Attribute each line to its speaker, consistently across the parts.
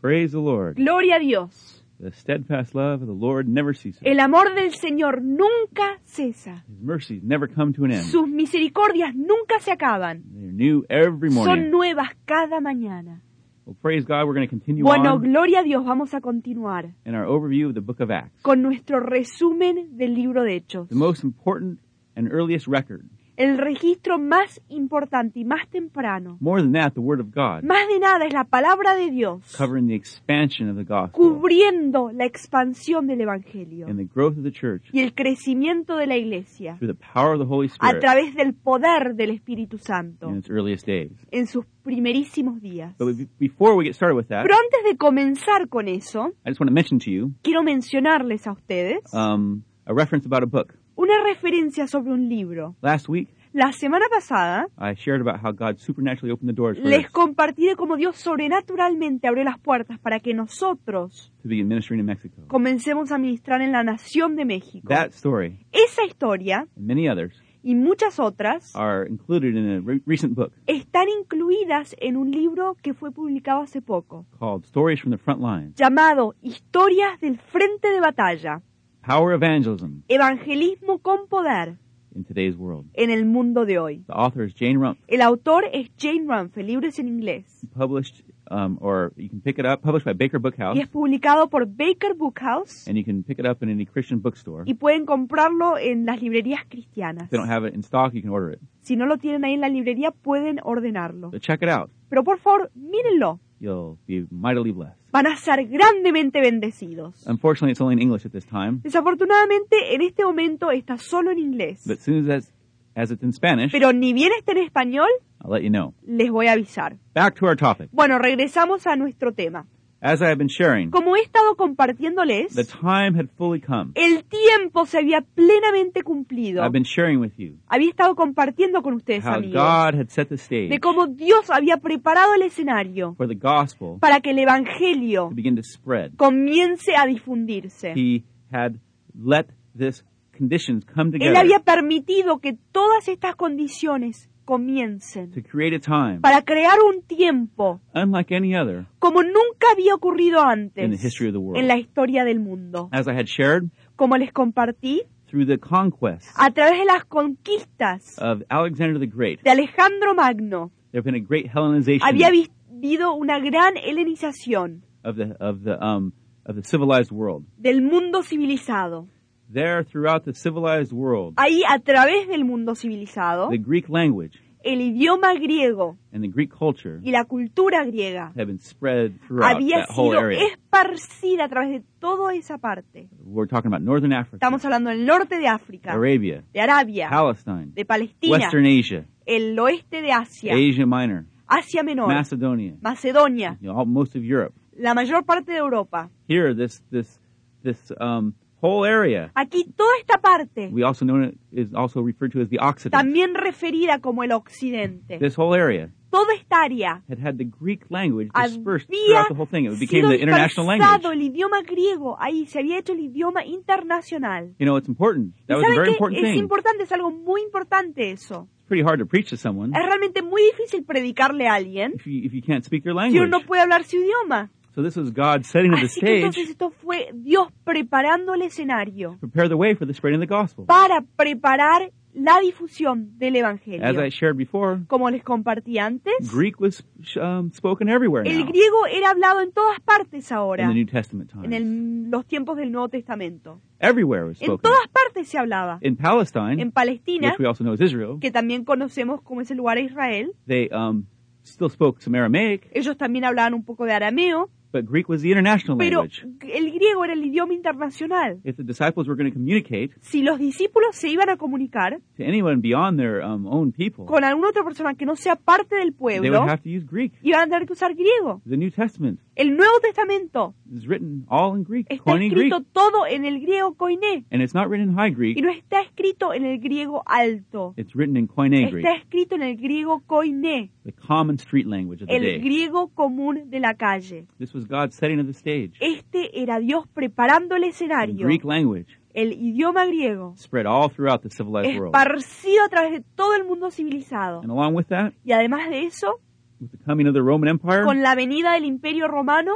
Speaker 1: Praise the Lord.
Speaker 2: Gloria a Dios.
Speaker 1: The steadfast love of the Lord never ceases.
Speaker 2: El amor del Señor nunca cesa.
Speaker 1: His mercies never come to an end.
Speaker 2: Sus misericordias nunca se acaban.
Speaker 1: They're new every
Speaker 2: Son
Speaker 1: morning.
Speaker 2: nuevas cada mañana.
Speaker 1: Well, praise God. We're going to continue
Speaker 2: Bueno,
Speaker 1: on
Speaker 2: gloria a Dios, vamos a continuar
Speaker 1: in our overview of the book of Acts,
Speaker 2: con nuestro resumen del libro de Hechos.
Speaker 1: the most important and earliest record.
Speaker 2: El registro más importante y más temprano.
Speaker 1: More than that, the Word of God,
Speaker 2: Más de nada es la palabra de Dios
Speaker 1: covering the expansion of the gospel
Speaker 2: cubriendo la expansión del Evangelio
Speaker 1: and the growth of the church
Speaker 2: y el crecimiento de la Iglesia
Speaker 1: through the power of the Holy
Speaker 2: a
Speaker 1: Spirit
Speaker 2: través del poder del Espíritu Santo
Speaker 1: in its earliest days.
Speaker 2: en sus primerísimos días.
Speaker 1: But we- before we get started with that,
Speaker 2: Pero antes de comenzar con eso,
Speaker 1: I just want to mention to you
Speaker 2: quiero mencionarles a ustedes
Speaker 1: um, a reference about a book.
Speaker 2: una referencia sobre un libro.
Speaker 1: Last week,
Speaker 2: La semana pasada
Speaker 1: I shared about how God supernaturally opened the doors for
Speaker 2: les
Speaker 1: us
Speaker 2: compartí de cómo Dios sobrenaturalmente abrió las puertas para que nosotros
Speaker 1: to begin ministering in Mexico.
Speaker 2: comencemos a ministrar en la nación de México.
Speaker 1: That story
Speaker 2: Esa historia
Speaker 1: and many others
Speaker 2: y muchas otras
Speaker 1: are included in a re- recent book
Speaker 2: están incluidas en un libro que fue publicado hace poco,
Speaker 1: called Stories from the Front Lines
Speaker 2: llamado Historias del Frente de Batalla,
Speaker 1: Power Evangelism
Speaker 2: Evangelismo con Poder
Speaker 1: in Today's World.
Speaker 2: en el Mundo de Hoy.
Speaker 1: The author is Jane Rump,
Speaker 2: El autor es Jane Ramfe, libros en inglés,
Speaker 1: published, um, or you can pick it up, published by Baker
Speaker 2: y es
Speaker 1: Bookhouse,
Speaker 2: publicado por Baker Bookhouse
Speaker 1: and you can pick it up in any Christian bookstore.
Speaker 2: y pueden comprarlo en las librerías cristianas.
Speaker 1: If they don't have it in stock, you can order it.
Speaker 2: Si no lo tienen ahí en la librería, pueden ordenarlo.
Speaker 1: But check it out.
Speaker 2: Pero por favor, mírenlo,
Speaker 1: You'll be mightily blessed.
Speaker 2: van a ser grandemente bendecidos.
Speaker 1: Unfortunately, it's only in English at this time,
Speaker 2: Desafortunadamente, en este momento está solo en inglés.
Speaker 1: but as soon as, that's, as it's in Spanish,
Speaker 2: Pero ni bien esté en español,
Speaker 1: I'll let you know.
Speaker 2: les voy a avisar.
Speaker 1: Back to our topic.
Speaker 2: Bueno, regresamos a nuestro tema.
Speaker 1: As I have been sharing,
Speaker 2: Como he estado compartiéndoles,
Speaker 1: the time had fully come.
Speaker 2: el tiempo se había plenamente cumplido.
Speaker 1: I've been sharing with you
Speaker 2: Había estado compartiendo con ustedes,
Speaker 1: how
Speaker 2: amigos,
Speaker 1: God had set the stage
Speaker 2: de cómo Dios había preparado el escenario
Speaker 1: for the gospel
Speaker 2: para que el Evangelio
Speaker 1: to begin to spread.
Speaker 2: comience a difundirse.
Speaker 1: He had let this conditions come
Speaker 2: Él
Speaker 1: together
Speaker 2: había permitido que todas estas condiciones comiencen
Speaker 1: to create a time
Speaker 2: para crear un tiempo
Speaker 1: unlike any other.
Speaker 2: como nunca había ocurrido
Speaker 1: In the
Speaker 2: antes
Speaker 1: history of the world.
Speaker 2: en la historia del mundo.
Speaker 1: As I had shared,
Speaker 2: Como les compartí,
Speaker 1: through the conquest
Speaker 2: a través de las conquistas
Speaker 1: of Alexander the Great,
Speaker 2: de Alejandro Magno
Speaker 1: there had been a great
Speaker 2: había
Speaker 1: Hellenization
Speaker 2: vi- habido una gran helenización
Speaker 1: of the of the um of the civilized world.
Speaker 2: del mundo civilizado.
Speaker 1: There, throughout the civilized world,
Speaker 2: Ahí, a través del mundo civilizado,
Speaker 1: the Greek language
Speaker 2: el idioma griego
Speaker 1: and the Greek culture
Speaker 2: y la cultura griega
Speaker 1: had been spread throughout
Speaker 2: había
Speaker 1: that whole
Speaker 2: sido eh.
Speaker 1: area.
Speaker 2: esparcida a través de toda esa parte.
Speaker 1: We're talking about northern Africa,
Speaker 2: Estamos hablando del norte de África,
Speaker 1: Arabia,
Speaker 2: de Arabia,
Speaker 1: Palestine,
Speaker 2: de Palestina,
Speaker 1: Western Asia,
Speaker 2: el oeste de Asia,
Speaker 1: Asia Minor,
Speaker 2: Asia Menor,
Speaker 1: Macedonia,
Speaker 2: Macedonia,
Speaker 1: you know, all, most of Europe.
Speaker 2: la mayor parte de Europa.
Speaker 1: Here, this this this um, whole area,
Speaker 2: Aquí toda esta parte
Speaker 1: we also know it is also referred to as the Occident.
Speaker 2: también referida como el Occidente.
Speaker 1: This whole area
Speaker 2: Toda esta área
Speaker 1: had had the Greek language dispersed
Speaker 2: había
Speaker 1: throughout the whole thing. It became
Speaker 2: sido
Speaker 1: the international
Speaker 2: dispersado
Speaker 1: language.
Speaker 2: el idioma griego, ahí se había hecho el idioma internacional.
Speaker 1: You know, it's important.
Speaker 2: ¿Y
Speaker 1: That was a
Speaker 2: saben
Speaker 1: very
Speaker 2: qué?
Speaker 1: important
Speaker 2: Es
Speaker 1: thing.
Speaker 2: importante, es algo muy importante eso.
Speaker 1: It's pretty hard to preach to someone
Speaker 2: Es realmente muy difícil predicarle a alguien
Speaker 1: if you if you can't speak their
Speaker 2: si uno
Speaker 1: language.
Speaker 2: no puede hablar su idioma.
Speaker 1: So this was God setting the
Speaker 2: Así que entonces
Speaker 1: stage,
Speaker 2: esto fue Dios preparando el escenario
Speaker 1: prepare the way for the spreading of the gospel.
Speaker 2: para preparar la difusión
Speaker 1: As
Speaker 2: del
Speaker 1: I
Speaker 2: Evangelio.
Speaker 1: shared before,
Speaker 2: Como les compartí antes,
Speaker 1: Greek was um, spoken everywhere
Speaker 2: el
Speaker 1: now
Speaker 2: griego era hablado en todas partes
Speaker 1: in
Speaker 2: ahora.
Speaker 1: the New Testament
Speaker 2: en
Speaker 1: times.
Speaker 2: el- los tiempos del Nuevo Testamento.
Speaker 1: Everywhere was
Speaker 2: En
Speaker 1: spoken.
Speaker 2: todas partes se hablaba.
Speaker 1: In Palestine,
Speaker 2: En Palestina,
Speaker 1: which we also know as Israel,
Speaker 2: que también conocemos como ese lugar a Israel,
Speaker 1: they um, still spoke some Aramaic,
Speaker 2: ellos también hablaban un poco de arameo,
Speaker 1: but Greek was the international
Speaker 2: pero
Speaker 1: language.
Speaker 2: el griego era el idioma internacional.
Speaker 1: If the disciples were going to communicate
Speaker 2: Si los discípulos se iban a comunicar
Speaker 1: to anyone beyond their um, own people,
Speaker 2: con alguna otra persona que no sea parte del
Speaker 1: they
Speaker 2: pueblo,
Speaker 1: would have to use Greek.
Speaker 2: iban a tener que usar griego.
Speaker 1: The New Testament
Speaker 2: El Nuevo Testamento
Speaker 1: is written all in Greek,
Speaker 2: está
Speaker 1: Koine Greek,
Speaker 2: escrito todo en el griego koiné
Speaker 1: and it's not written in High
Speaker 2: y
Speaker 1: Greek.
Speaker 2: no está escrito en el griego alto.
Speaker 1: It's written in Koine Greek,
Speaker 2: Está escrito en el griego koiné,
Speaker 1: the common street language of the
Speaker 2: el
Speaker 1: day.
Speaker 2: griego común de la calle.
Speaker 1: This was God setting of the stage.
Speaker 2: Este era Dios preparando el
Speaker 1: The
Speaker 2: escenario,
Speaker 1: Greek language
Speaker 2: el idioma griego,
Speaker 1: spread all throughout the civilized world.
Speaker 2: esparcido a través de todo el mundo civilizado.
Speaker 1: And along with that,
Speaker 2: Y además de eso,
Speaker 1: with the coming of the Roman Empire,
Speaker 2: con la venida del Imperio Romano,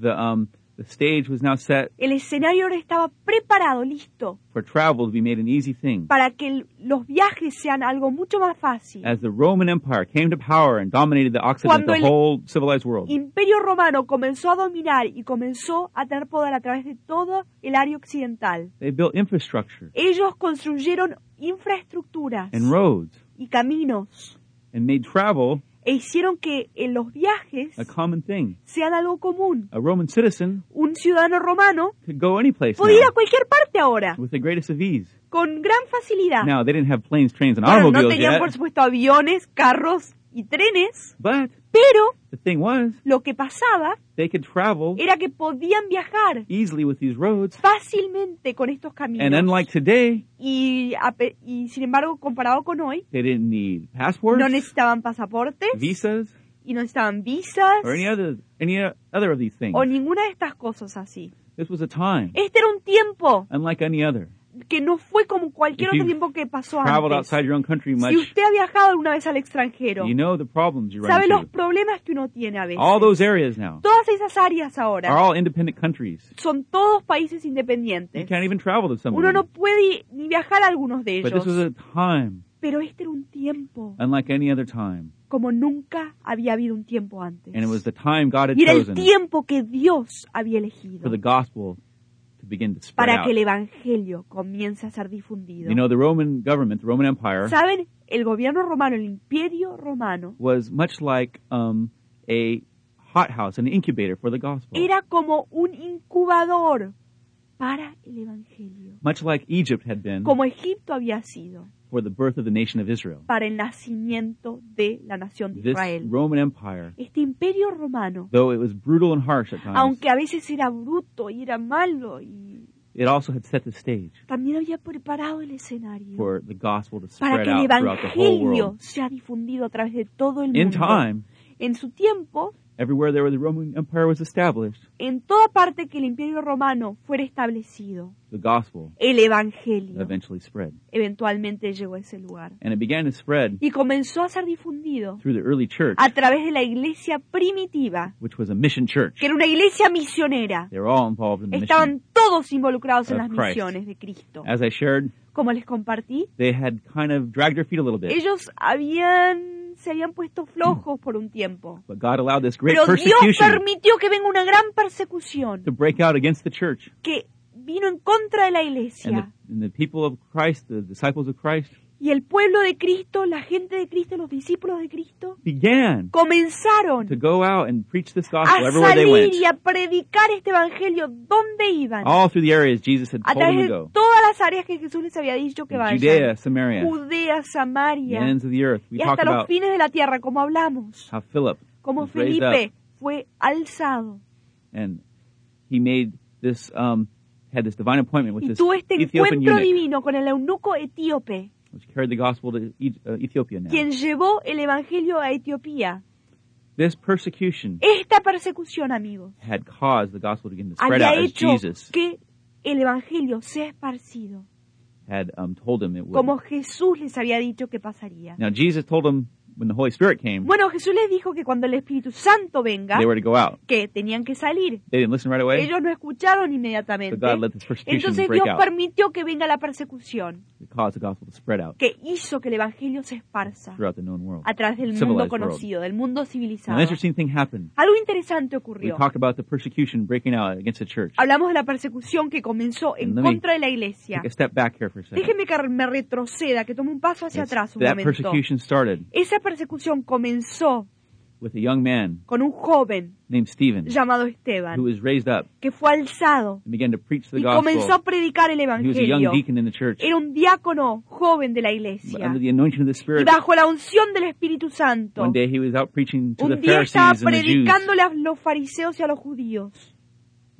Speaker 1: The, um, the stage was now set
Speaker 2: El escenario ahora estaba preparado, listo,
Speaker 1: for travel to be made an easy thing.
Speaker 2: para que el- los viajes sean algo mucho más fácil.
Speaker 1: As the Roman Empire came to power and dominated the Occident,
Speaker 2: Cuando
Speaker 1: the
Speaker 2: el-
Speaker 1: whole civilized world,
Speaker 2: Imperio romano comenzó a dominar y comenzó a tener poder a través de todo el área occidental.
Speaker 1: they built infrastructure
Speaker 2: Ellos construyeron infraestructuras
Speaker 1: and roads
Speaker 2: y caminos
Speaker 1: and made travel
Speaker 2: e hicieron que eh, los viajes
Speaker 1: a common thing.
Speaker 2: sean algo común.
Speaker 1: A Roman citizen
Speaker 2: Un ciudadano romano
Speaker 1: could go any place now
Speaker 2: podía ir a cualquier parte ahora,
Speaker 1: with the greatest of ease.
Speaker 2: con gran facilidad.
Speaker 1: Now, they didn't have planes, trains, and
Speaker 2: Bueno, no
Speaker 1: automobiles
Speaker 2: tenían, por
Speaker 1: yet,
Speaker 2: supuesto, aviones, carros y trenes,
Speaker 1: but
Speaker 2: pero
Speaker 1: the thing was,
Speaker 2: lo que pasaba
Speaker 1: they could travel
Speaker 2: era que podían viajar
Speaker 1: easily with these roads.
Speaker 2: fácilmente con estos
Speaker 1: And
Speaker 2: caminos.
Speaker 1: unlike today,
Speaker 2: y, a pe- y sin embargo, comparado con hoy,
Speaker 1: they didn't need passports,
Speaker 2: no necesitaban pasaportes
Speaker 1: visas,
Speaker 2: y no necesitaban visas
Speaker 1: or any other any other of these things.
Speaker 2: o ninguna de estas cosas así.
Speaker 1: This was a time
Speaker 2: Este era un tiempo
Speaker 1: unlike any other.
Speaker 2: que no fue como
Speaker 1: If
Speaker 2: cualquier otro
Speaker 1: you've
Speaker 2: tiempo que pasó
Speaker 1: Traveled
Speaker 2: antes.
Speaker 1: outside your own country much,
Speaker 2: Si usted ha viajado alguna vez al extranjero,
Speaker 1: you know the problems you run
Speaker 2: sabe los
Speaker 1: into.
Speaker 2: problemas que uno tiene a veces.
Speaker 1: All those areas now
Speaker 2: Todas esas áreas
Speaker 1: are
Speaker 2: ahora
Speaker 1: all independent countries.
Speaker 2: son todos países
Speaker 1: You
Speaker 2: independientes.
Speaker 1: can't even travel to some of
Speaker 2: Uno
Speaker 1: them.
Speaker 2: no puede ni viajar a algunos de
Speaker 1: But this was
Speaker 2: ellos.
Speaker 1: a time
Speaker 2: Pero este era un tiempo
Speaker 1: unlike any other time,
Speaker 2: como nunca había habido un tiempo antes.
Speaker 1: and it was the time God had
Speaker 2: Y era el
Speaker 1: chosen
Speaker 2: tiempo que Dios había
Speaker 1: for
Speaker 2: elegido
Speaker 1: the gospel to begin to spread
Speaker 2: para
Speaker 1: out.
Speaker 2: que el Evangelio comience a ser difundido.
Speaker 1: You know, the Roman government, the Roman Empire,
Speaker 2: ¿Saben? El gobierno romano, el imperio romano,
Speaker 1: was much like um, a hothouse, an incubator for the gospel.
Speaker 2: era como un incubador para el Evangelio,
Speaker 1: Much like Egypt had been
Speaker 2: como Egipto había sido
Speaker 1: for the birth of the nation of Israel.
Speaker 2: para el nacimiento de la nación de
Speaker 1: This
Speaker 2: Israel.
Speaker 1: Roman Empire,
Speaker 2: Este imperio romano,
Speaker 1: though it was brutal and harsh at times,
Speaker 2: aunque a veces era bruto y era malo, y
Speaker 1: it also had set the stage
Speaker 2: también había preparado el escenario
Speaker 1: for the gospel to
Speaker 2: para
Speaker 1: spread
Speaker 2: que el
Speaker 1: out throughout the whole
Speaker 2: Evangelio
Speaker 1: world.
Speaker 2: sea difundido a través de todo el
Speaker 1: In
Speaker 2: mundo.
Speaker 1: time,
Speaker 2: En su tiempo,
Speaker 1: everywhere there where the Roman Empire was established,
Speaker 2: en toda parte que el imperio romano fuera establecido,
Speaker 1: the gospel
Speaker 2: el Evangelio
Speaker 1: eventually spread.
Speaker 2: eventualmente llegó a ese lugar
Speaker 1: And it began to spread
Speaker 2: y comenzó a ser difundido
Speaker 1: through the early church,
Speaker 2: a través de la iglesia primitiva,
Speaker 1: which was a mission church.
Speaker 2: que era una iglesia misionera.
Speaker 1: They were all involved in the mission.
Speaker 2: Estaban todos involucrados en
Speaker 1: Of
Speaker 2: las
Speaker 1: Christ.
Speaker 2: misiones de Cristo.
Speaker 1: As I shared,
Speaker 2: Como les compartí,
Speaker 1: they had kind of dragged their feet a little bit,
Speaker 2: ellos habían se habían puesto flojos por un tiempo.
Speaker 1: but God allowed this great
Speaker 2: Pero Dios
Speaker 1: persecution
Speaker 2: permitió que venga una gran persecución
Speaker 1: to break out against the church.
Speaker 2: que vino en contra de la
Speaker 1: and the,
Speaker 2: iglesia.
Speaker 1: and the people of Christ, the disciples of Christ,
Speaker 2: Y el pueblo de Cristo, la gente de Cristo, los discípulos de Cristo,
Speaker 1: began to
Speaker 2: comenzaron
Speaker 1: go out and preach this gospel
Speaker 2: a
Speaker 1: everywhere they went, Oh,
Speaker 2: salir y a predicar este evangelio donde iban,
Speaker 1: all through the areas Jesus had
Speaker 2: a
Speaker 1: told them to
Speaker 2: través de
Speaker 1: go.
Speaker 2: todas las áreas que Jesús les había dicho que vayan.
Speaker 1: Judea, Samaria,
Speaker 2: Judea,
Speaker 1: the
Speaker 2: Samaria
Speaker 1: ends of the earth. We
Speaker 2: y
Speaker 1: talked
Speaker 2: hasta los
Speaker 1: about
Speaker 2: fines de la tierra, como hablamos,
Speaker 1: how Philip
Speaker 2: como
Speaker 1: was raised up,
Speaker 2: Felipe fue alzado
Speaker 1: and he made this um, had this divine appointment with
Speaker 2: y
Speaker 1: this
Speaker 2: tuvo este
Speaker 1: Ethiopian
Speaker 2: encuentro
Speaker 1: eunuch,
Speaker 2: divino con el eunuco etíope,
Speaker 1: which carried the gospel to E- uh, Ethiopia. Now,
Speaker 2: quien llevó el evangelio a Etiopía.
Speaker 1: this persecution
Speaker 2: Esta persecución, amigos,
Speaker 1: had caused the gospel to begin to spread
Speaker 2: había
Speaker 1: out as
Speaker 2: hecho
Speaker 1: Jesus
Speaker 2: que el evangelio sea esparcido,
Speaker 1: had um, told him it would.
Speaker 2: como Jesús les había dicho que pasaría.
Speaker 1: Now, Jesus told him when the Holy Spirit came,
Speaker 2: Bueno, Jesús les dijo que cuando el Espíritu Santo venga,
Speaker 1: they were to go out.
Speaker 2: que tenían que salir.
Speaker 1: They didn't listen right away.
Speaker 2: Ellos no escucharon
Speaker 1: But
Speaker 2: inmediatamente.
Speaker 1: God let this persecution
Speaker 2: Entonces
Speaker 1: break
Speaker 2: Dios
Speaker 1: out.
Speaker 2: permitió que venga la persecución,
Speaker 1: It caused the gospel to spread out
Speaker 2: que hizo que el Evangelio se esparza
Speaker 1: throughout the known world.
Speaker 2: a través del
Speaker 1: Civilized
Speaker 2: mundo
Speaker 1: world.
Speaker 2: conocido, del mundo
Speaker 1: Now,
Speaker 2: civilizado.
Speaker 1: an interesting thing happened.
Speaker 2: Algo interesante
Speaker 1: We
Speaker 2: ocurrió.
Speaker 1: talked about the persecution breaking out against the church.
Speaker 2: Hablamos de la persecución que comenzó en
Speaker 1: And let me
Speaker 2: contra de la iglesia.
Speaker 1: Take a step back here for a second.
Speaker 2: Déjeme que me retroceda, que tome un paso hacia
Speaker 1: It's-
Speaker 2: atrás un
Speaker 1: that
Speaker 2: momento.
Speaker 1: persecution started
Speaker 2: Esa persecución comenzó
Speaker 1: with a young man
Speaker 2: con un joven
Speaker 1: named Stephen
Speaker 2: llamado
Speaker 1: who
Speaker 2: Esteban,
Speaker 1: was raised up
Speaker 2: que fue alzado
Speaker 1: and began to preach the
Speaker 2: y comenzó
Speaker 1: gospel.
Speaker 2: a predicar el
Speaker 1: He was a young
Speaker 2: Evangelio.
Speaker 1: deacon in the church
Speaker 2: Era un diácono joven de la
Speaker 1: but
Speaker 2: iglesia
Speaker 1: under the anointing of the
Speaker 2: y
Speaker 1: Spirit.
Speaker 2: bajo la unción del Espíritu Santo.
Speaker 1: One day he was out preaching to the
Speaker 2: Un día estaba
Speaker 1: Pharisees and the Jews,
Speaker 2: predicándole a los fariseos y a los judíos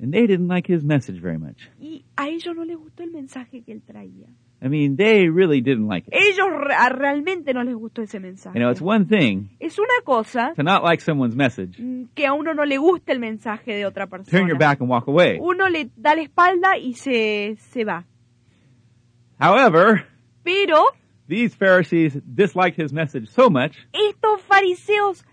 Speaker 1: and they didn't like his message very much.
Speaker 2: y a ellos no les gustó el mensaje que él traía.
Speaker 1: I mean, they really didn't like it.
Speaker 2: Ellos re- a- realmente no les gustó ese mensaje.
Speaker 1: You know, it's one thing
Speaker 2: Es una cosa
Speaker 1: to not like someone's message,
Speaker 2: mm, que a uno no le gusta el mensaje de otra
Speaker 1: turn your
Speaker 2: persona.
Speaker 1: back and walk away.
Speaker 2: Uno le da la espalda y se, se va.
Speaker 1: However,
Speaker 2: Pero
Speaker 1: these Pharisees disliked his message so much
Speaker 2: estos fariseos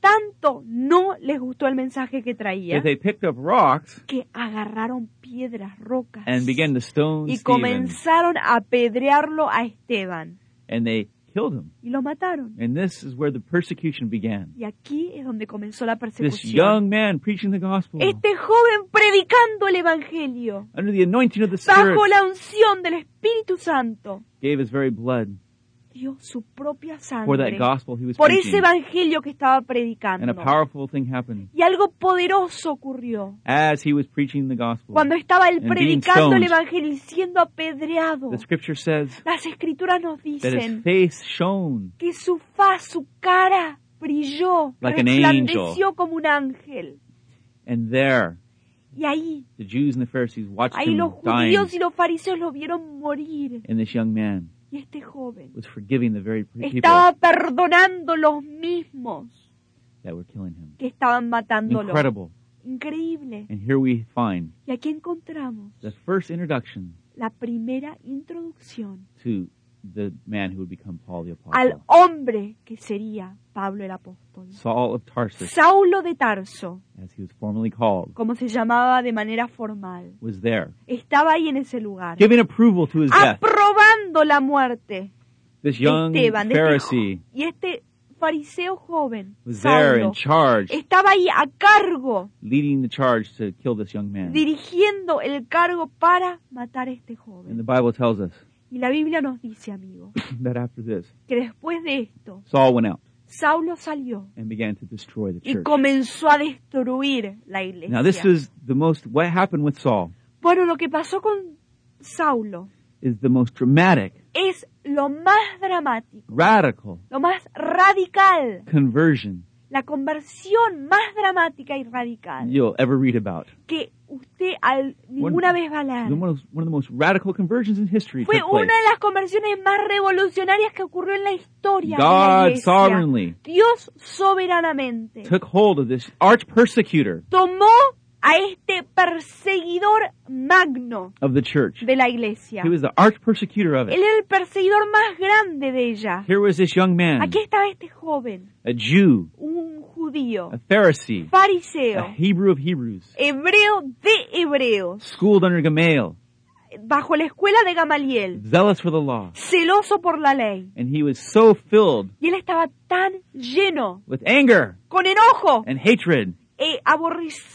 Speaker 2: tanto no les gustó el mensaje que traía
Speaker 1: that they picked up rocks
Speaker 2: que agarraron piedras, rocas
Speaker 1: and began to stone
Speaker 2: y
Speaker 1: Stephen,
Speaker 2: comenzaron a apedrearlo a Esteban
Speaker 1: and they killed him.
Speaker 2: y lo mataron.
Speaker 1: And this is where the persecution began.
Speaker 2: Y aquí es donde comenzó la
Speaker 1: This
Speaker 2: persecución.
Speaker 1: young man preaching the gospel
Speaker 2: Este joven predicando el Evangelio
Speaker 1: under the anointing of the Spirit
Speaker 2: bajo la unción del Espíritu Santo
Speaker 1: gave his very blood
Speaker 2: dio su propia
Speaker 1: for that
Speaker 2: sangre
Speaker 1: gospel he was
Speaker 2: por ese
Speaker 1: preaching.
Speaker 2: Evangelio que estaba
Speaker 1: And a
Speaker 2: predicando.
Speaker 1: powerful thing happened
Speaker 2: Y algo poderoso ocurrió
Speaker 1: as he was preaching the gospel.
Speaker 2: cuando estaba él
Speaker 1: And
Speaker 2: predicando
Speaker 1: being
Speaker 2: el
Speaker 1: stoned.
Speaker 2: Evangelio y siendo apedreado.
Speaker 1: The scripture says
Speaker 2: Las escrituras nos
Speaker 1: that his
Speaker 2: dicen
Speaker 1: face shone
Speaker 2: que su faz, su cara brilló,
Speaker 1: Like an angel.
Speaker 2: resplandeció como un ángel.
Speaker 1: and there
Speaker 2: Y ahí,
Speaker 1: the Jews and the Pharisees watched
Speaker 2: ahí
Speaker 1: him
Speaker 2: los
Speaker 1: dying
Speaker 2: judíos y los fariseos lo vieron morir.
Speaker 1: and this young man
Speaker 2: Y este joven
Speaker 1: was forgiving the very people
Speaker 2: estaba perdonando los mismos
Speaker 1: that were killing him.
Speaker 2: que estaban matándolo.
Speaker 1: Incredible.
Speaker 2: Increíble.
Speaker 1: And here we find
Speaker 2: Y aquí encontramos
Speaker 1: the first introduction
Speaker 2: la primera introducción
Speaker 1: to the man who would become Paul the
Speaker 2: al
Speaker 1: Apostle,
Speaker 2: hombre que sería Pablo el apóstol.
Speaker 1: Saul of Tarsus,
Speaker 2: Saulo de Tarso,
Speaker 1: as he was formerly called,
Speaker 2: como se llamaba de manera formal,
Speaker 1: was there,
Speaker 2: estaba ahí en ese lugar,
Speaker 1: giving approval to his death.
Speaker 2: aprobando la muerte
Speaker 1: This
Speaker 2: de
Speaker 1: young
Speaker 2: Esteban. de este
Speaker 1: Pharisee
Speaker 2: jo- y este fariseo joven,
Speaker 1: was there
Speaker 2: Saulo,
Speaker 1: in charge,
Speaker 2: estaba ahí a cargo,
Speaker 1: leading the charge to kill this young man.
Speaker 2: dirigiendo el cargo para matar a este
Speaker 1: And the
Speaker 2: joven.
Speaker 1: Bible tells us
Speaker 2: Y la Biblia nos dice, amigo,
Speaker 1: that after this,
Speaker 2: que después de esto,
Speaker 1: Saul went out
Speaker 2: Saulo salió
Speaker 1: and began to destroy the
Speaker 2: y
Speaker 1: church.
Speaker 2: comenzó a destruir la iglesia.
Speaker 1: Now, this is the most, what happened with Saul
Speaker 2: Bueno, lo que pasó con Saulo
Speaker 1: is the most dramatic,
Speaker 2: es lo más dramático,
Speaker 1: radical
Speaker 2: lo más radical,
Speaker 1: conversion
Speaker 2: la conversión más dramática y radical
Speaker 1: you'll ever read about.
Speaker 2: que usted al- ninguna vez va a leer.
Speaker 1: The One of, one of the most radical conversions in history
Speaker 2: Fue
Speaker 1: took place.
Speaker 2: una de las conversiones más revolucionarias que ocurrió en la historia. de la
Speaker 1: God
Speaker 2: iglesia.
Speaker 1: sovereignly
Speaker 2: Dios soberanamente
Speaker 1: took hold of this arch persecutor
Speaker 2: tomó a este perseguidor magno
Speaker 1: of the church.
Speaker 2: de la iglesia.
Speaker 1: He was the arch persecutor of
Speaker 2: Él
Speaker 1: it.
Speaker 2: era el perseguidor más grande de ella.
Speaker 1: Here was this young man,
Speaker 2: Aquí estaba este joven,
Speaker 1: a Jew,
Speaker 2: un judío,
Speaker 1: a Pharisee, a
Speaker 2: fariseo,
Speaker 1: Hebrew of Hebrews,
Speaker 2: hebreo de hebreos,
Speaker 1: schooled under Gamaliel,
Speaker 2: bajo la escuela de Gamaliel,
Speaker 1: zealous for the law.
Speaker 2: celoso por la ley.
Speaker 1: And he was so filled
Speaker 2: Y él estaba tan lleno,
Speaker 1: with anger
Speaker 2: con enojo,
Speaker 1: and hatred,
Speaker 2: e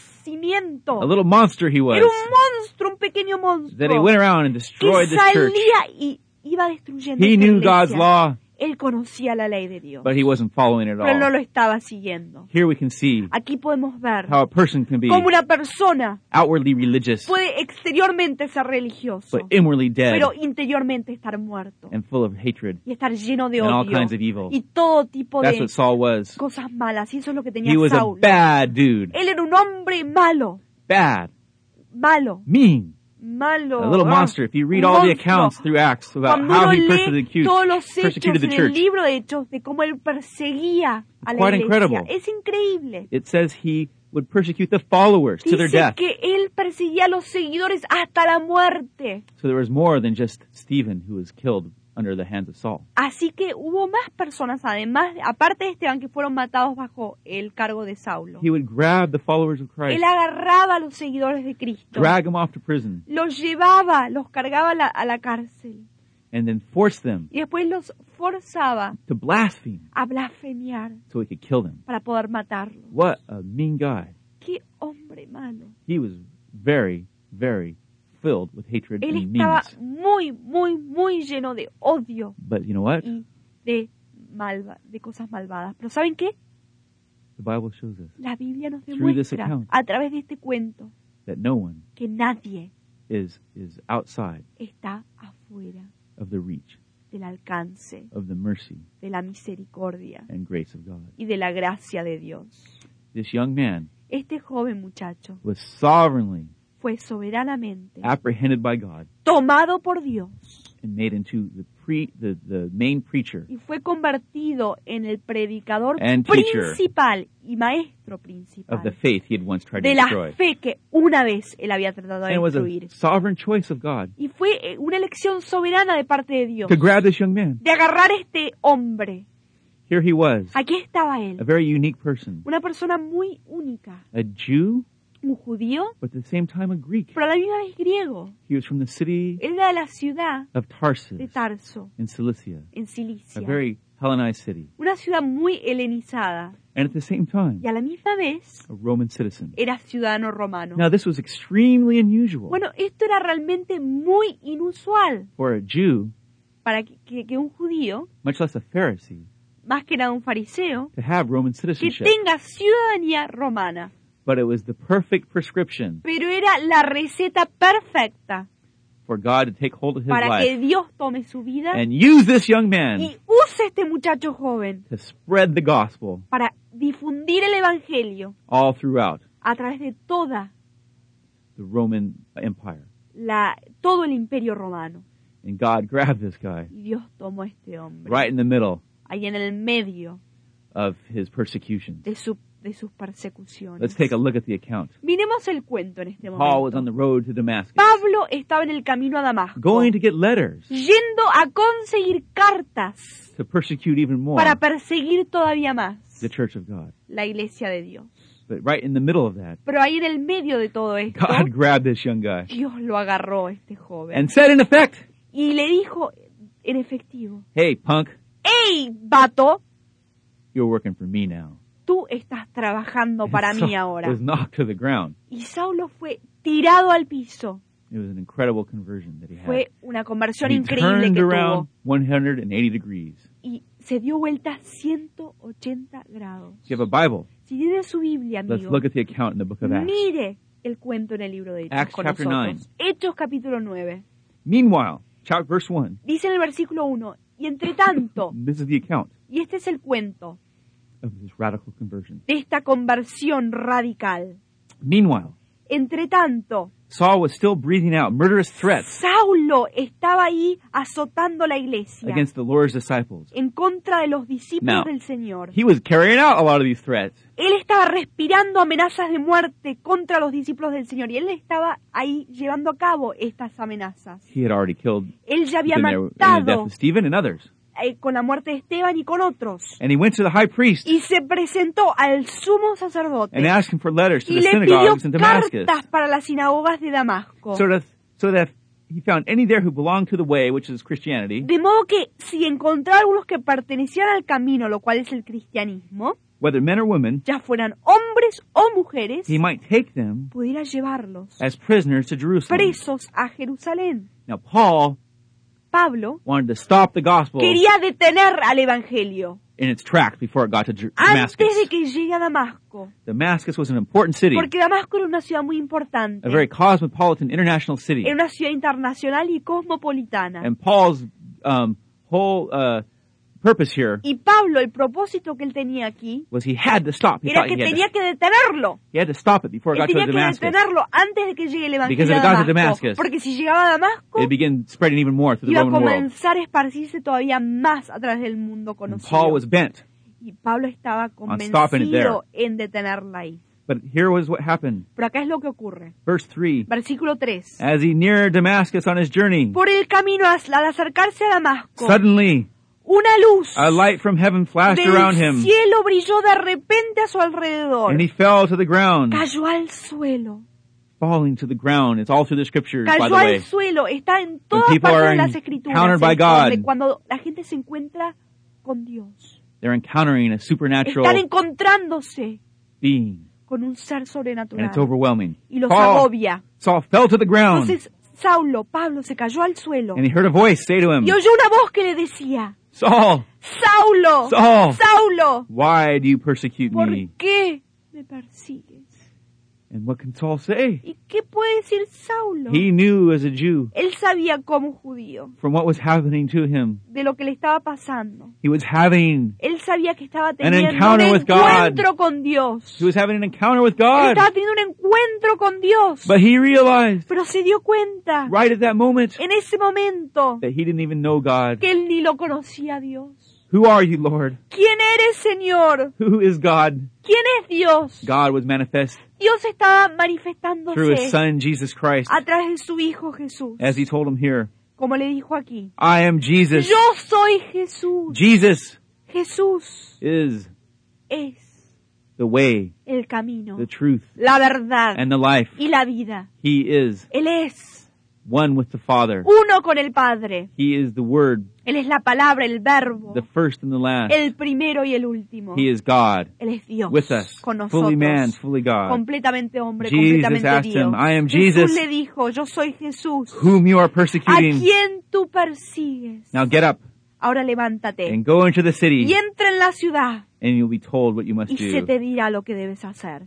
Speaker 1: a
Speaker 2: aborrecimiento.
Speaker 1: little monster he was,
Speaker 2: Era un monstruo, un pequeño
Speaker 1: that he
Speaker 2: monstruo,
Speaker 1: went around and
Speaker 2: que
Speaker 1: destroyed the church.
Speaker 2: salía y iba destruyendo.
Speaker 1: He
Speaker 2: esta
Speaker 1: knew God's
Speaker 2: iglesia.
Speaker 1: law,
Speaker 2: Él conocía la ley de Dios,
Speaker 1: but he wasn't following it at
Speaker 2: pero no
Speaker 1: all.
Speaker 2: lo estaba siguiendo.
Speaker 1: Here we can see
Speaker 2: Aquí podemos ver
Speaker 1: how a person can be
Speaker 2: cómo una persona
Speaker 1: outwardly religious,
Speaker 2: puede exteriormente ser religioso,
Speaker 1: but inwardly dead
Speaker 2: pero interiormente estar muerto
Speaker 1: and full of hatred
Speaker 2: y estar lleno de
Speaker 1: and all
Speaker 2: odio
Speaker 1: kinds of evil.
Speaker 2: y todo tipo
Speaker 1: That's
Speaker 2: de
Speaker 1: what Saul was.
Speaker 2: cosas malas. Y eso es lo que tenía
Speaker 1: He was a
Speaker 2: Saulo.
Speaker 1: bad dude.
Speaker 2: Él era un hombre malo,
Speaker 1: Bad.
Speaker 2: malo,
Speaker 1: Mean.
Speaker 2: malo.
Speaker 1: A little
Speaker 2: ah.
Speaker 1: monster. If you read
Speaker 2: Un
Speaker 1: all the
Speaker 2: monstruo.
Speaker 1: accounts through Acts about
Speaker 2: Cuando
Speaker 1: how
Speaker 2: uno
Speaker 1: he
Speaker 2: lee
Speaker 1: persecuted,
Speaker 2: todos los
Speaker 1: persecuted
Speaker 2: hechos
Speaker 1: the
Speaker 2: en el
Speaker 1: church,
Speaker 2: libro de hechos de cómo él perseguía a la
Speaker 1: Quite
Speaker 2: iglesia,
Speaker 1: incredible.
Speaker 2: es increíble.
Speaker 1: it says he would persecute the followers to their
Speaker 2: Dice
Speaker 1: death.
Speaker 2: que él perseguía a los seguidores hasta la muerte.
Speaker 1: So there was more than just Stephen who was killed under the hands of Saul.
Speaker 2: Así que hubo más personas, además, aparte de Esteban, que fueron matados bajo el cargo de Saulo.
Speaker 1: He would grab the followers of Christ,
Speaker 2: Él agarraba a los seguidores de Cristo,
Speaker 1: drag them off to prison,
Speaker 2: los llevaba, los cargaba a la, a la cárcel
Speaker 1: and then force them
Speaker 2: y después los forzaba
Speaker 1: to blaspheme
Speaker 2: a blasfemiar
Speaker 1: so he could kill them.
Speaker 2: para poder matarlo.
Speaker 1: What a mean guy.
Speaker 2: ¡Qué hombre malo!
Speaker 1: He was very, very filled with hatred
Speaker 2: Él
Speaker 1: and
Speaker 2: estaba
Speaker 1: meanness.
Speaker 2: muy, muy, muy lleno de odio
Speaker 1: But you know what?
Speaker 2: y de, malva de cosas malvadas. Pero ¿saben qué?
Speaker 1: The Bible shows us
Speaker 2: La Biblia nos
Speaker 1: Through this
Speaker 2: demuestra
Speaker 1: account.
Speaker 2: a través de este cuento
Speaker 1: that no one
Speaker 2: que nadie
Speaker 1: is is outside
Speaker 2: está afuera.
Speaker 1: of the reach
Speaker 2: del alcance,
Speaker 1: of the mercy
Speaker 2: de la misericordia
Speaker 1: and grace of God.
Speaker 2: y de la gracia de Dios.
Speaker 1: This young man
Speaker 2: Este joven muchacho
Speaker 1: was sovereignly
Speaker 2: fue soberanamente
Speaker 1: Ah. apprehended by God
Speaker 2: tomado por Dios
Speaker 1: and made into the pre the, the main preacher
Speaker 2: y fue convertido en el predicador
Speaker 1: And teacher.
Speaker 2: principal y maestro
Speaker 1: of the
Speaker 2: principal
Speaker 1: faith he had once tried to
Speaker 2: de la
Speaker 1: destroy.
Speaker 2: fe que una vez él había tratado
Speaker 1: And
Speaker 2: de
Speaker 1: it was a
Speaker 2: destruir.
Speaker 1: sovereign choice of God
Speaker 2: Y fue eh, una elección soberana de parte de Dios
Speaker 1: to grab this young man.
Speaker 2: de agarrar a este hombre
Speaker 1: Here he was,
Speaker 2: Aquí estaba
Speaker 1: a
Speaker 2: él,
Speaker 1: very unique person,
Speaker 2: una persona muy única,
Speaker 1: a Jew,
Speaker 2: un judío,
Speaker 1: but at the same time a Greek.
Speaker 2: pero a la misma vez griego.
Speaker 1: He was from the city
Speaker 2: Él era de la ciudad
Speaker 1: of
Speaker 2: de
Speaker 1: Tarsus
Speaker 2: Tarso,
Speaker 1: in Cilicia,
Speaker 2: en
Speaker 1: a
Speaker 2: Cilicia,
Speaker 1: very Hellenized city,
Speaker 2: una ciudad muy helenizada,
Speaker 1: and at the same time,
Speaker 2: y a la misma vez
Speaker 1: a Roman citizen.
Speaker 2: era ciudadano romano.
Speaker 1: Now, this was extremely unusual
Speaker 2: Bueno, esto era realmente muy inusual
Speaker 1: for a Jew,
Speaker 2: para que, que- que un judío,
Speaker 1: much less a Pharisee,
Speaker 2: más que nada un fariseo,
Speaker 1: to have Roman
Speaker 2: que
Speaker 1: citizenship.
Speaker 2: tenga ciudadanía romana.
Speaker 1: But it was the perfect prescription
Speaker 2: Pero era la receta perfecta
Speaker 1: for God to take hold of his
Speaker 2: para que
Speaker 1: life
Speaker 2: Dios tome su vida
Speaker 1: and use this young man
Speaker 2: y use a este muchacho joven
Speaker 1: to spread the gospel
Speaker 2: para difundir el Evangelio
Speaker 1: all throughout
Speaker 2: a través de toda
Speaker 1: the Roman Empire.
Speaker 2: la, todo el imperio romano.
Speaker 1: And God grabbed this guy
Speaker 2: Y Dios tomó a este hombre
Speaker 1: right in the middle
Speaker 2: ahí en el medio
Speaker 1: of his persecution.
Speaker 2: de, su, de sus
Speaker 1: Let's
Speaker 2: persecuciones.
Speaker 1: take a look at the account.
Speaker 2: Miremos el cuento en este
Speaker 1: Paul was
Speaker 2: momento.
Speaker 1: on the road to Damascus,
Speaker 2: Pablo Mm. estaba en el camino a Damasco,
Speaker 1: going to get letters
Speaker 2: yendo a conseguir cartas
Speaker 1: to persecute even more
Speaker 2: para perseguir todavía más
Speaker 1: the church of God.
Speaker 2: la iglesia de Dios.
Speaker 1: But right in the middle of that,
Speaker 2: Pero ahí en el medio de todo esto,
Speaker 1: God grabbed this young guy
Speaker 2: Dios lo agarró a este joven
Speaker 1: and said, in effect,
Speaker 2: y le dijo en efectivo,
Speaker 1: Hey, punk,
Speaker 2: ¡Ey, vato!
Speaker 1: you're working for me now.
Speaker 2: Tú estás trabajando para
Speaker 1: And Saul
Speaker 2: mí ahora.
Speaker 1: was knocked to the ground.
Speaker 2: Y Saulo fue tirado al piso.
Speaker 1: It was an incredible conversion that he had.
Speaker 2: Fue una conversión
Speaker 1: he
Speaker 2: increíble
Speaker 1: turned
Speaker 2: que
Speaker 1: around
Speaker 2: tuvo.
Speaker 1: 180 degrees.
Speaker 2: Y se dio vuelta 180 grados.
Speaker 1: If you have a Bible,
Speaker 2: Si tiene su Biblia,
Speaker 1: let's
Speaker 2: amigo,
Speaker 1: look at the account in the book of Acts.
Speaker 2: Mire el cuento en el libro de Hechos
Speaker 1: Acts
Speaker 2: con
Speaker 1: chapter
Speaker 2: nosotros. Hechos capítulo 9.
Speaker 1: Meanwhile, chapter verse 1,
Speaker 2: Dice en el versículo 1, y entre tanto,
Speaker 1: this is the account
Speaker 2: y este es el cuento
Speaker 1: of this radical conversion.
Speaker 2: de esta conversión radical.
Speaker 1: Meanwhile,
Speaker 2: Entre tanto,
Speaker 1: Saul was still breathing out murderous threats
Speaker 2: Saulo estaba ahí azotando la iglesia
Speaker 1: against the Lord's disciples.
Speaker 2: en contra de los
Speaker 1: Now,
Speaker 2: discípulos del Señor.
Speaker 1: He was carrying out a lot of these threats.
Speaker 2: Él estaba respirando amenazas de muerte contra los discípulos del Señor y él estaba ahí llevando a cabo estas amenazas.
Speaker 1: He had already killed
Speaker 2: Él ya había
Speaker 1: been there in the death
Speaker 2: matado
Speaker 1: of Stephen and others.
Speaker 2: eh, con la muerte de Esteban y con otros.
Speaker 1: And he went to the high priest
Speaker 2: y se presentó al sumo
Speaker 1: and
Speaker 2: sacerdote
Speaker 1: asked him for letters to
Speaker 2: y
Speaker 1: the
Speaker 2: le pidió
Speaker 1: synagogues in Damascus.
Speaker 2: cartas para las sinagogas de Damasco.
Speaker 1: So that, so that if he found any there who belonged to the way, which is Christianity,
Speaker 2: De modo que si encontraba algunos que pertenecían al camino, lo cual es el cristianismo,
Speaker 1: whether men or women,
Speaker 2: ya fueran hombres o mujeres,
Speaker 1: he might take them
Speaker 2: pudiera llevarlos
Speaker 1: as prisoners to Jerusalem.
Speaker 2: presos a Jerusalén.
Speaker 1: Now, Paul
Speaker 2: Pablo
Speaker 1: wanted to stop the gospel
Speaker 2: quería detener al Evangelio
Speaker 1: in its tracks before it got to Jer- Damascus.
Speaker 2: antes de que llegue a Damasco,
Speaker 1: Damascus was an important city,
Speaker 2: porque Damasco era una ciudad muy
Speaker 1: a
Speaker 2: importante,
Speaker 1: very cosmopolitan international city.
Speaker 2: era una ciudad internacional y cosmopolitana.
Speaker 1: And Paul's um, whole uh, purpose here
Speaker 2: Y Pablo, el propósito que él tenía aquí
Speaker 1: was he had to stop. He
Speaker 2: era
Speaker 1: thought
Speaker 2: que
Speaker 1: he had,
Speaker 2: tenía
Speaker 1: to,
Speaker 2: que detenerlo.
Speaker 1: he had to stop it before it got
Speaker 2: Él
Speaker 1: to
Speaker 2: tenía que
Speaker 1: Damascus.
Speaker 2: detenerlo antes de que llegue el
Speaker 1: Because if
Speaker 2: Evangelio a
Speaker 1: it got to
Speaker 2: Damasco.
Speaker 1: Damascus,
Speaker 2: porque si llegaba a Damasco,
Speaker 1: It began spreading even more through the
Speaker 2: iba a
Speaker 1: Roman world.
Speaker 2: comenzar a esparcirse todavía más a través del mundo
Speaker 1: And
Speaker 2: conocido.
Speaker 1: Paul was bent.
Speaker 2: y Pablo estaba
Speaker 1: stopping it there.
Speaker 2: convencido en detenerla ahí.
Speaker 1: But here was what happened.
Speaker 2: Pero acá es lo que ocurre.
Speaker 1: Verse 3.
Speaker 2: Versículo 3.
Speaker 1: As he neared Damascus on his journey,
Speaker 2: Por el camino as- al acercarse a Damasco,
Speaker 1: suddenly
Speaker 2: una luz
Speaker 1: a light from heaven flashed around
Speaker 2: del
Speaker 1: him,
Speaker 2: cielo brilló de repente a su alrededor.
Speaker 1: and he fell to the ground.
Speaker 2: Cayó al suelo.
Speaker 1: Falling to the ground. It's all through the scriptures, by the
Speaker 2: cayó al
Speaker 1: way.
Speaker 2: suelo, está en todas
Speaker 1: people
Speaker 2: partes
Speaker 1: are
Speaker 2: de las
Speaker 1: encountered
Speaker 2: escrituras.
Speaker 1: by
Speaker 2: esto, donde
Speaker 1: God.
Speaker 2: Cuando la gente se encuentra con Dios,
Speaker 1: They're encountering a supernatural
Speaker 2: están encontrándose
Speaker 1: being,
Speaker 2: con un ser
Speaker 1: and
Speaker 2: sobrenatural
Speaker 1: it's overwhelming.
Speaker 2: y los
Speaker 1: Paul,
Speaker 2: agobia.
Speaker 1: Saul fell to the ground,
Speaker 2: Entonces Saulo, Pablo, se cayó al suelo
Speaker 1: and he heard a voice say to him,
Speaker 2: y oyó una voz que le decía:
Speaker 1: Saul,
Speaker 2: Saulo,
Speaker 1: Saul,
Speaker 2: Saulo,
Speaker 1: why do you persecute
Speaker 2: ¿por
Speaker 1: me?
Speaker 2: qué me persigues?
Speaker 1: And what can Saul say?
Speaker 2: ¿Y qué puede decir Saulo?
Speaker 1: He knew as a Jew
Speaker 2: Él sabía como judío
Speaker 1: from what was happening to him.
Speaker 2: de lo que le estaba pasando.
Speaker 1: He was having,
Speaker 2: Él sabía que estaba teniendo un
Speaker 1: encounter with God.
Speaker 2: encuentro con Dios.
Speaker 1: he was having an encounter with
Speaker 2: Él
Speaker 1: God,
Speaker 2: estaba teniendo un encuentro con Dios.
Speaker 1: but he realized
Speaker 2: Pero se dio cuenta
Speaker 1: right at that moment
Speaker 2: en ese momento
Speaker 1: that he didn't even know God.
Speaker 2: que él ni lo conocía a Dios.
Speaker 1: Who are you, Lord?
Speaker 2: ¿Quién eres, Señor?
Speaker 1: Who is God?
Speaker 2: ¿Quién es Dios?
Speaker 1: God was manifest
Speaker 2: Dios estaba
Speaker 1: through his
Speaker 2: manifestándose
Speaker 1: son, Jesus Christ,
Speaker 2: a través de su Hijo Jesús,
Speaker 1: as he told him here.
Speaker 2: como le dijo aquí.
Speaker 1: I am Jesus.
Speaker 2: Yo soy Jesús.
Speaker 1: Jesus
Speaker 2: Jesús
Speaker 1: is
Speaker 2: es
Speaker 1: the way,
Speaker 2: el camino,
Speaker 1: the truth,
Speaker 2: la verdad
Speaker 1: and the life.
Speaker 2: y la vida.
Speaker 1: He is
Speaker 2: Él es
Speaker 1: one with the Father.
Speaker 2: uno con el Padre.
Speaker 1: He is the Word,
Speaker 2: Él es la palabra, el verbo,
Speaker 1: the first and the last.
Speaker 2: el primero y el último.
Speaker 1: He is God
Speaker 2: Él es Dios
Speaker 1: with us,
Speaker 2: con nosotros.
Speaker 1: fully man, fully God,
Speaker 2: completamente hombre,
Speaker 1: Jesus
Speaker 2: completamente
Speaker 1: asked
Speaker 2: Dios.
Speaker 1: him, "I am
Speaker 2: Jesús
Speaker 1: Jesus."
Speaker 2: le dijo, yo soy Jesús,
Speaker 1: whom you are
Speaker 2: a
Speaker 1: persecuting.
Speaker 2: quien tú persigues.
Speaker 1: Now get up
Speaker 2: Ahora levántate
Speaker 1: and go into the city,
Speaker 2: y entra en la ciudad
Speaker 1: and you'll be told what you must
Speaker 2: y se
Speaker 1: do.
Speaker 2: te dirá lo que debes hacer.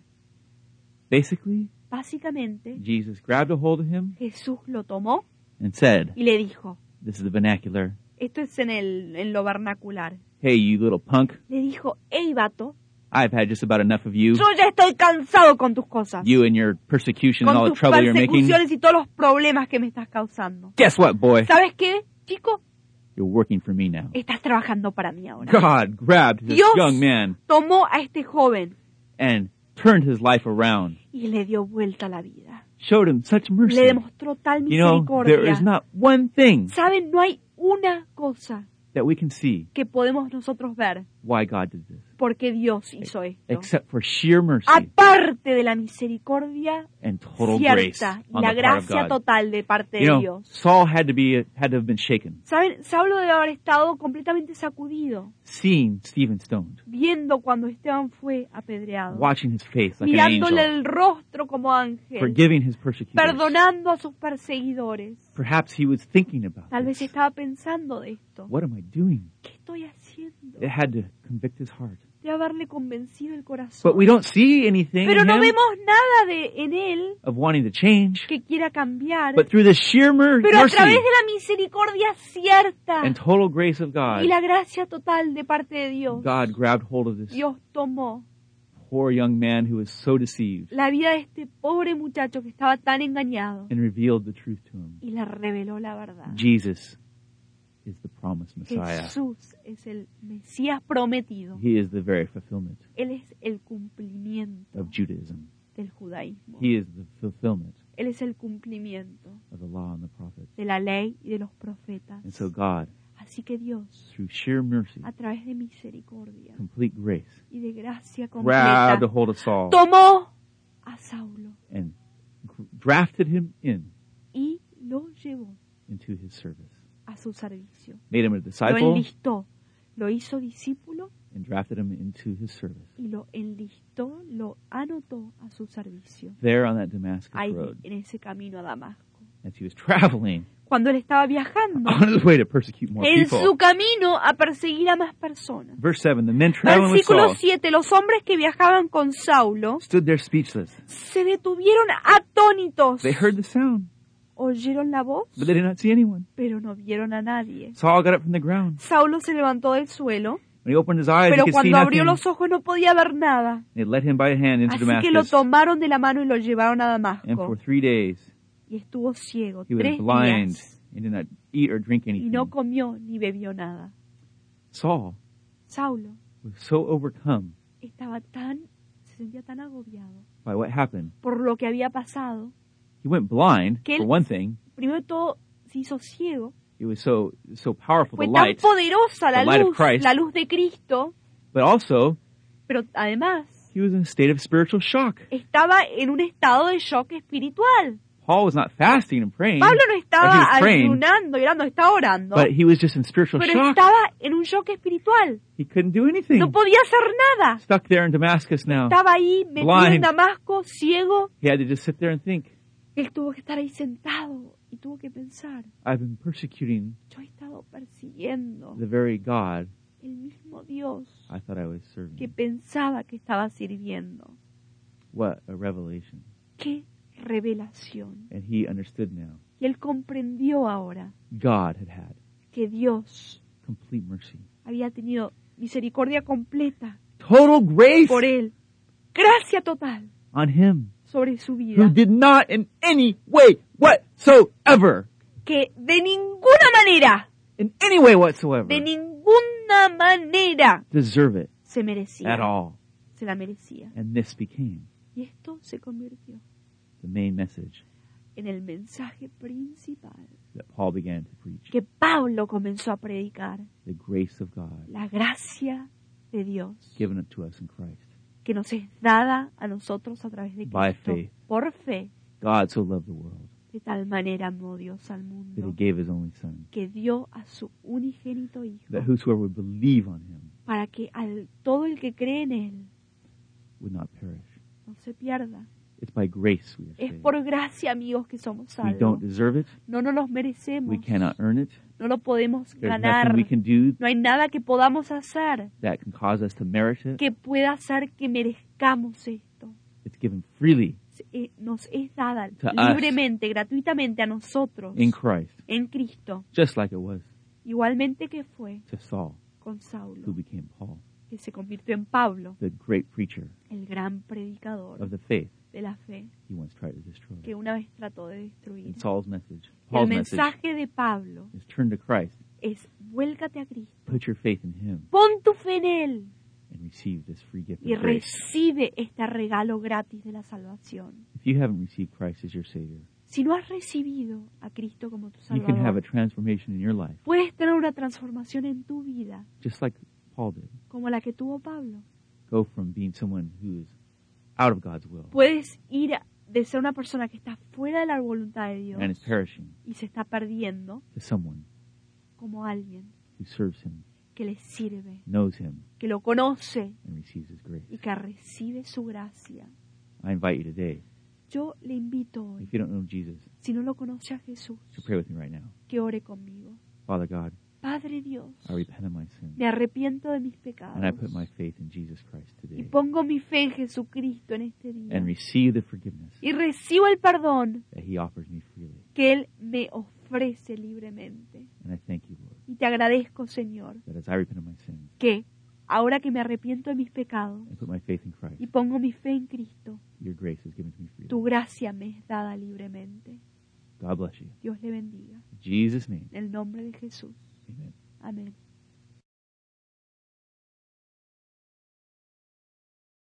Speaker 1: Basically,
Speaker 2: Básicamente,
Speaker 1: Jesus grabbed a hold of him
Speaker 2: Jesús lo tomó
Speaker 1: and said,
Speaker 2: y le dijo,
Speaker 1: This is the vernacular.
Speaker 2: esto es en, el, en lo vernacular,
Speaker 1: Hey, you little punk,
Speaker 2: le dijo, hey vato,
Speaker 1: I've had just about enough of you,
Speaker 2: yo ya estoy cansado con tus cosas,
Speaker 1: you and your persecution and
Speaker 2: con
Speaker 1: all the
Speaker 2: tus
Speaker 1: trouble you're making.
Speaker 2: persecuciones y todos los problemas que me estás causando.
Speaker 1: Guess what, boy?
Speaker 2: ¿Sabes qué, chico?
Speaker 1: You're working for me now.
Speaker 2: Estás trabajando para mí ahora.
Speaker 1: God grabbed this
Speaker 2: Dios.
Speaker 1: young man
Speaker 2: Tomó a este joven
Speaker 1: and turned his life around,
Speaker 2: y le dio vuelta a la vida.
Speaker 1: showed him such mercy.
Speaker 2: Le demostró tal
Speaker 1: You know, there
Speaker 2: misericordia.
Speaker 1: is not one thing
Speaker 2: ¿Saben? No hay una cosa
Speaker 1: that we can see
Speaker 2: que podemos nosotros ver
Speaker 1: why God did this,
Speaker 2: porque Dios hizo esto.
Speaker 1: except for sheer mercy
Speaker 2: Aparte de la misericordia
Speaker 1: and total grace
Speaker 2: Ah, cierta y
Speaker 1: on
Speaker 2: la
Speaker 1: the part of
Speaker 2: gracia
Speaker 1: God.
Speaker 2: total de parte
Speaker 1: You
Speaker 2: de
Speaker 1: know,
Speaker 2: Dios.
Speaker 1: Saul had to be had to have been shaken,
Speaker 2: ¿Saben? Saulo debe haber estado completamente sacudido,
Speaker 1: seeing Stephen stoned,
Speaker 2: viendo cuando Esteban fue apedreado,
Speaker 1: watching his face like an
Speaker 2: Ah. mirándole
Speaker 1: angel,
Speaker 2: el rostro como ángel,
Speaker 1: forgiving his persecutors.
Speaker 2: perdonando a sus perseguidores.
Speaker 1: Perhaps he was thinking about
Speaker 2: Tal vez
Speaker 1: this.
Speaker 2: estaba pensando de esto.
Speaker 1: What am I doing?
Speaker 2: ¿Qué estoy haciendo?
Speaker 1: It had to convict his heart.
Speaker 2: de haberle convencido el corazón.
Speaker 1: But we don't see anything
Speaker 2: Pero
Speaker 1: in
Speaker 2: no
Speaker 1: him
Speaker 2: vemos nada de en él
Speaker 1: of wanting to change.
Speaker 2: que quiera cambiar.
Speaker 1: But through the sheer mer-
Speaker 2: Pero a
Speaker 1: mercy
Speaker 2: través de la misericordia cierta
Speaker 1: and total grace of God,
Speaker 2: y la gracia total de parte de Dios,
Speaker 1: God grabbed hold of this
Speaker 2: Dios tomó
Speaker 1: poor young man who was so deceived
Speaker 2: la vida de este pobre muchacho que estaba tan engañado
Speaker 1: and revealed the truth to him.
Speaker 2: y le reveló la verdad.
Speaker 1: Jesus is the promised Messiah.
Speaker 2: Jesús es el Mesías prometido.
Speaker 1: He is the very fulfillment
Speaker 2: Él es el cumplimiento
Speaker 1: of Judaism.
Speaker 2: del judaísmo.
Speaker 1: He is the fulfillment
Speaker 2: Él es el cumplimiento
Speaker 1: of the law and the prophets.
Speaker 2: de la ley y de los profetas.
Speaker 1: And so God,
Speaker 2: Así que Dios
Speaker 1: through sheer mercy,
Speaker 2: a través de misericordia
Speaker 1: complete grace,
Speaker 2: y de gracia completa,
Speaker 1: grabbed a hold of Saul
Speaker 2: tomó a Saulo
Speaker 1: and gr- drafted him in
Speaker 2: y lo llevó
Speaker 1: into his service.
Speaker 2: a su servicio.
Speaker 1: Made him a
Speaker 2: Lo
Speaker 1: disciple
Speaker 2: enlistó, lo hizo discípulo
Speaker 1: and drafted him into his service.
Speaker 2: y lo enlistó, lo anotó a su servicio.
Speaker 1: There on that Damascus
Speaker 2: Ahí
Speaker 1: road,
Speaker 2: en ese camino a Damasco.
Speaker 1: as he was traveling
Speaker 2: Cuando él estaba viajando
Speaker 1: on his way to persecute more
Speaker 2: en su
Speaker 1: people.
Speaker 2: camino a perseguir a más personas.
Speaker 1: Verse 7 The men traveling with
Speaker 2: Versículo
Speaker 1: Saul
Speaker 2: 7. Los hombres que viajaban con Saulo
Speaker 1: stood there speechless.
Speaker 2: se detuvieron atónitos.
Speaker 1: They heard the sound,
Speaker 2: Oyeron la voz,
Speaker 1: but they did not see anyone.
Speaker 2: pero no vieron a nadie.
Speaker 1: Saul got up from the ground.
Speaker 2: Saulo se levantó del suelo,
Speaker 1: When he opened his eyes,
Speaker 2: pero
Speaker 1: he could see
Speaker 2: cuando abrió
Speaker 1: nothing.
Speaker 2: los ojos no podía ver nada.
Speaker 1: They led him by the hand into
Speaker 2: Así que lo
Speaker 1: Damascus.
Speaker 2: tomaron de la mano y lo llevaron a
Speaker 1: And for
Speaker 2: Damasco.
Speaker 1: three days,
Speaker 2: Y estuvo ciego
Speaker 1: he was
Speaker 2: tres
Speaker 1: blind
Speaker 2: días
Speaker 1: and did not eat or drink
Speaker 2: y
Speaker 1: anything.
Speaker 2: no comió ni bebió nada.
Speaker 1: Saul
Speaker 2: Saulo
Speaker 1: was so overcome
Speaker 2: estaba tan, se sentía tan agobiado
Speaker 1: by what happened.
Speaker 2: por lo que había pasado.
Speaker 1: He went blind,
Speaker 2: Que él-
Speaker 1: for one thing.
Speaker 2: Primero de todo se hizo ciego.
Speaker 1: It was so so powerful,
Speaker 2: Fue
Speaker 1: the
Speaker 2: tan
Speaker 1: light.
Speaker 2: poderosa la
Speaker 1: the light of
Speaker 2: luz,
Speaker 1: Christ.
Speaker 2: la luz de Cristo,
Speaker 1: But also,
Speaker 2: pero además
Speaker 1: he was in a state of spiritual shock.
Speaker 2: estaba en un estado de shock espiritual.
Speaker 1: Paul was not fasting and praying,
Speaker 2: Pablo no estaba
Speaker 1: was praying.
Speaker 2: ayunando, y orando, estaba orando.
Speaker 1: but he was just in spiritual
Speaker 2: pero
Speaker 1: shock.
Speaker 2: estaba en un shock espiritual.
Speaker 1: He couldn't do anything.
Speaker 2: No podía hacer nada.
Speaker 1: Stuck there in Damascus now.
Speaker 2: Estaba ahí metido en
Speaker 1: Blind.
Speaker 2: Damasco, ciego.
Speaker 1: He had to just sit there and think,
Speaker 2: Él tuvo que estar ahí sentado y tuvo que pensar,
Speaker 1: I've been persecuting
Speaker 2: yo he estado persiguiendo
Speaker 1: the very God
Speaker 2: el mismo Dios
Speaker 1: I thought I was
Speaker 2: que
Speaker 1: serving.
Speaker 2: pensaba que estaba sirviendo.
Speaker 1: What a revelation.
Speaker 2: ¡Qué revelación!
Speaker 1: And he understood now.
Speaker 2: Y él comprendió ahora
Speaker 1: God had had
Speaker 2: que Dios
Speaker 1: complete mercy.
Speaker 2: había tenido misericordia completa
Speaker 1: Total grace
Speaker 2: por él. Gracia total
Speaker 1: on him
Speaker 2: sobre su
Speaker 1: who
Speaker 2: vida.
Speaker 1: did not in any way whatsoever,
Speaker 2: Que de ninguna manera,
Speaker 1: in any way whatsoever,
Speaker 2: de ninguna manera
Speaker 1: deserve it
Speaker 2: se
Speaker 1: at
Speaker 2: merecía.
Speaker 1: all.
Speaker 2: Se la merecía.
Speaker 1: And this became
Speaker 2: Y esto se convirtió
Speaker 1: the main message
Speaker 2: en el mensaje principal
Speaker 1: that Paul began to preach
Speaker 2: que Pablo comenzó a predicar,
Speaker 1: the grace of God
Speaker 2: la gracia de Dios
Speaker 1: given up to us in Christ.
Speaker 2: que nos es dada a nosotros a través de
Speaker 1: By
Speaker 2: Cristo
Speaker 1: faith.
Speaker 2: por fe,
Speaker 1: God so loved the world
Speaker 2: de tal manera amó Dios al
Speaker 1: that he
Speaker 2: mundo
Speaker 1: gave his only Son,
Speaker 2: que dio a su unigénito Hijo
Speaker 1: that whosoever would believe on him
Speaker 2: para que al todo el que cree en él
Speaker 1: would not perish.
Speaker 2: no se pierda.
Speaker 1: It's by grace we are
Speaker 2: Es
Speaker 1: saved.
Speaker 2: por gracia, amigos, que somos
Speaker 1: We don't
Speaker 2: salvos.
Speaker 1: deserve it.
Speaker 2: No nos los
Speaker 1: We
Speaker 2: merecemos.
Speaker 1: cannot earn it.
Speaker 2: No lo podemos
Speaker 1: There's nothing we
Speaker 2: ganar.
Speaker 1: can do
Speaker 2: No hay nada que podamos hacer
Speaker 1: that can cause us to merit it.
Speaker 2: que pueda hacer que merezcamos esto.
Speaker 1: It's given freely
Speaker 2: Se- eh, Nos es dada
Speaker 1: To us.
Speaker 2: libremente, gratuitamente a nosotros
Speaker 1: in Christ,
Speaker 2: en Cristo.
Speaker 1: just like it was
Speaker 2: Igualmente que fue
Speaker 1: to Saul,
Speaker 2: con
Speaker 1: who
Speaker 2: Saulo,
Speaker 1: became Paul,
Speaker 2: que se convirtió en Pablo,
Speaker 1: the great preacher
Speaker 2: el gran predicador
Speaker 1: of the faith
Speaker 2: de la fe,
Speaker 1: he once tried to destroy.
Speaker 2: que una vez trató de destruir.
Speaker 1: And Saul's message,
Speaker 2: El
Speaker 1: Paul's message,
Speaker 2: mensaje de Pablo
Speaker 1: is turn to Christ,
Speaker 2: es vuélcate a Cristo,
Speaker 1: put your faith in him,
Speaker 2: pon tu fe en Él
Speaker 1: and receive this free gift
Speaker 2: y
Speaker 1: of grace.
Speaker 2: recibe este regalo gratis de la salvación.
Speaker 1: If you haven't received Christ as your Savior,
Speaker 2: Si no has recibido a Cristo como tu
Speaker 1: you can have a
Speaker 2: Salvador,
Speaker 1: transformation in your life,
Speaker 2: puedes tener una transformación en tu vida
Speaker 1: just like Paul did.
Speaker 2: como la que tuvo Pablo.
Speaker 1: Go from being someone who is out of God's will
Speaker 2: Puedes ir a- de ser una persona que está fuera de la voluntad de Dios
Speaker 1: and is perishing
Speaker 2: y se está perdiendo
Speaker 1: to someone
Speaker 2: como alguien
Speaker 1: who serves him,
Speaker 2: que le sirve,
Speaker 1: knows him,
Speaker 2: que lo conoce
Speaker 1: and receives his grace.
Speaker 2: y que recibe su gracia.
Speaker 1: I invite you today,
Speaker 2: Yo le invito hoy,
Speaker 1: if you don't know Jesus,
Speaker 2: si no lo conoce a Jesús,
Speaker 1: to pray with me right now.
Speaker 2: que ore conmigo.
Speaker 1: Father God,
Speaker 2: Padre Dios,
Speaker 1: I repent of my sin,
Speaker 2: me arrepiento de mis pecados
Speaker 1: and I put my faith in Jesus Christ
Speaker 2: y
Speaker 1: today,
Speaker 2: pongo mi fe en Jesucristo en este día
Speaker 1: and receive the forgiveness
Speaker 2: y recibo el perdón
Speaker 1: that he offers me freely.
Speaker 2: que Él me ofrece libremente.
Speaker 1: And I thank you, Lord,
Speaker 2: Y te agradezco, Señor,
Speaker 1: that as I repent of my sins
Speaker 2: que ahora que me arrepiento de mis pecados
Speaker 1: and put my faith in Christ,
Speaker 2: y pongo mi fe en Cristo,
Speaker 1: your grace is given to me
Speaker 2: tu
Speaker 1: freely.
Speaker 2: gracia me es dada libremente.
Speaker 1: God bless you.
Speaker 2: Dios le bendiga.
Speaker 1: In Jesus' name,
Speaker 2: En el nombre de Jesús.
Speaker 1: amen.
Speaker 2: Amén.